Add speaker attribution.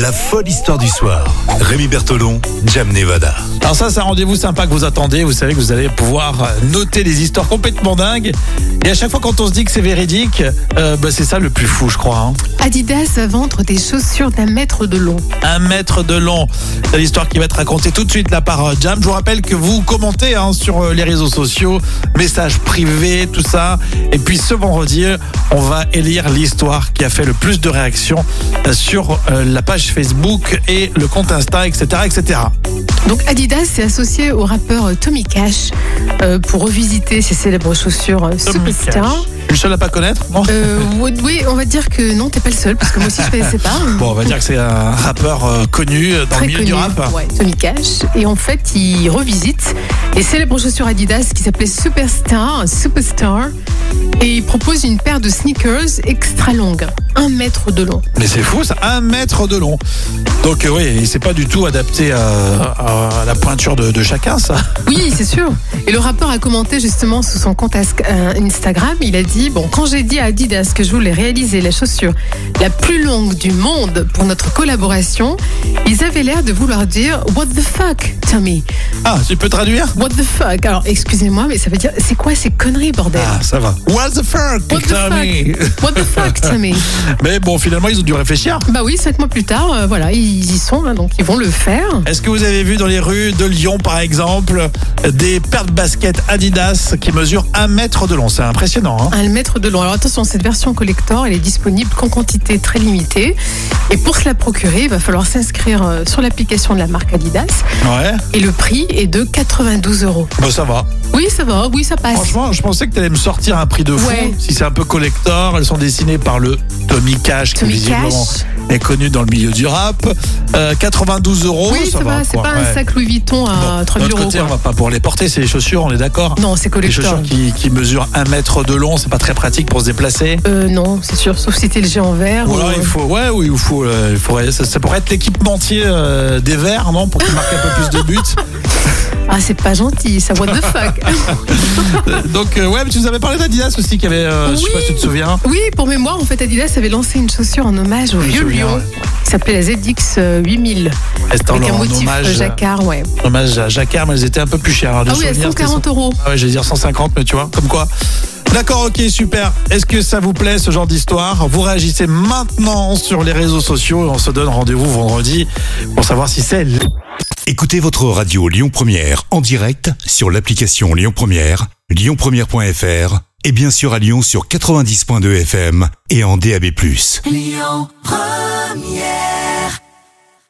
Speaker 1: La folle histoire du soir. Rémi Bertolon, Jam Nevada.
Speaker 2: Alors ça, c'est un rendez-vous sympa que vous attendez. Vous savez que vous allez pouvoir euh, noter des histoires complètement dingues. Et à chaque fois, quand on se dit que c'est véridique, euh, bah, c'est ça le plus fou, je crois. hein.
Speaker 3: Adidas ventre des chaussures d'un mètre de long.
Speaker 2: Un mètre de long. C'est l'histoire qui va être racontée tout de suite là par euh, Jam. Je vous rappelle que vous commentez hein, sur euh, les réseaux sociaux, messages privés, tout ça. Et puis ce vendredi, on va élire l'histoire qui a fait le plus de réactions euh, sur euh, la page Facebook et le compte Insta, etc., etc.
Speaker 3: Donc Adidas s'est associé au rappeur Tommy Cash euh, pour revisiter ses célèbres chaussures euh,
Speaker 2: Tommy
Speaker 3: Superstar.
Speaker 2: Cash. Je suis seul à pas connaître non
Speaker 3: Euh, oui, oui, on va dire que non, t'es pas le seul parce que moi aussi je connaissais pas.
Speaker 2: Bon, on va dire que c'est un rappeur euh, connu euh, dans
Speaker 3: Très
Speaker 2: le milieu
Speaker 3: connu,
Speaker 2: du rap.
Speaker 3: ouais, Tommy Cash. Et en fait, il revisite les célèbres chaussures Adidas qui s'appelaient Superstar, Superstar. Et il propose une paire de sneakers extra longues, un mètre de long.
Speaker 2: Mais c'est fou, ça, un mètre de long. Donc euh, oui, il s'est pas du tout adapté euh, à, la pointure de, de chacun, ça.
Speaker 3: Oui, c'est sûr. Et le rappeur a commenté justement sous son compte as- euh, Instagram. Il a dit Bon, quand j'ai dit à Adidas que je voulais réaliser la chaussure la plus longue du monde pour notre collaboration, ils avaient l'air de vouloir dire What the fuck, Tommy
Speaker 2: Ah, tu peux traduire
Speaker 3: What the fuck Alors, excusez-moi, mais ça veut dire C'est quoi ces conneries, bordel
Speaker 2: Ah, ça va. What the fuck,
Speaker 3: What the
Speaker 2: Tommy
Speaker 3: fuck What the fuck, Tommy
Speaker 2: Mais bon, finalement, ils ont dû réfléchir.
Speaker 3: Bah oui, sept mois plus tard, euh, voilà, ils y sont, hein, donc ils vont le faire.
Speaker 2: Est-ce que vous avez vu dans les rues de Lyon, par exemple, des paires de baskets Adidas qui mesurent un mètre de long C'est impressionnant, hein
Speaker 3: Un mètre Ah, de long. Alors attention, cette version collector, elle est disponible qu'en quantité très limitée. Et pour se la procurer, il va falloir s'inscrire euh, sur l'application de la marque Adidas.
Speaker 2: Ouais,
Speaker 3: Et le prix est de 92 euros.
Speaker 2: bah ça va.
Speaker 3: Oui, ça va, oui, ça passe.
Speaker 2: Franchement, je pensais que tu allais me sortir un prix de fou.
Speaker 3: Ah, Ouais.
Speaker 2: Si c'est un peu collector, elles sont dessinées par le Tommy Cash, qui
Speaker 3: Tommy
Speaker 2: visiblement
Speaker 3: Cash.
Speaker 2: est connu dans le milieu du rap. Euh, 92 euros,
Speaker 3: oui,
Speaker 2: ça, va.
Speaker 3: c'est
Speaker 2: quoi.
Speaker 3: pas un
Speaker 2: Ouais.
Speaker 3: sac Louis Vuitton à 3000
Speaker 2: Bon, D'un autre
Speaker 3: euros.
Speaker 2: côté, on
Speaker 3: quoi.
Speaker 2: va pas pouvoir les porter, c'est les chaussures, on est d'accord
Speaker 3: Non, c'est
Speaker 2: Les
Speaker 3: collector.
Speaker 2: chaussures qui, qui mesurent un mètre de long, c'est pas très pratique pour se déplacer.
Speaker 3: Euh, non, c'est sûr, sauf si t'es le géant vert.
Speaker 2: Ou alors,
Speaker 3: euh,
Speaker 2: Oh il faut, ouais, oui, il faut, euh, il faudrait- ça, ça pourrait être l'équipementier euh, des Verts, non, pour qu'ils marquent un peu plus de buts.
Speaker 3: Ah, c'est pas gentil, ça what the fuck.
Speaker 2: Euh, Donc, euh, ouais, mais tu nous avais parlé d'Adidas aussi, qui avait, euh, je sais pas
Speaker 3: Oui.
Speaker 2: si tu te souviens.
Speaker 3: oui, pour mémoire, en fait, Adidas avait lancé une chaussure en hommage au
Speaker 2: Oui, je
Speaker 3: vieux
Speaker 2: me souviens,
Speaker 3: lion.
Speaker 2: ouais.
Speaker 3: qui s'appelait la ZX 8000.
Speaker 2: C'était
Speaker 3: Avec un
Speaker 2: en
Speaker 3: motif euh,
Speaker 2: hommage,
Speaker 3: jacquard, ouais.
Speaker 2: en hommage à Jacquard, mais elles étaient un peu plus chères. hein, de
Speaker 3: Ah oui, à
Speaker 2: souvenir, c'était
Speaker 3: 140 euros.
Speaker 2: Ah ouais, j'allais dire 150, mais tu vois, comme quoi. D'accord, ok, super. Est-ce que ça vous plaît ce genre d'histoire Vous réagissez maintenant sur les réseaux sociaux et on se donne rendez-vous vendredi pour savoir si c'est
Speaker 1: Écoutez votre radio Lyon Première en direct sur l'application Lyon Première, lyonpremière.fr et bien sûr à Lyon sur 90.2 FM et en DAB+.
Speaker 4: Lyon Première.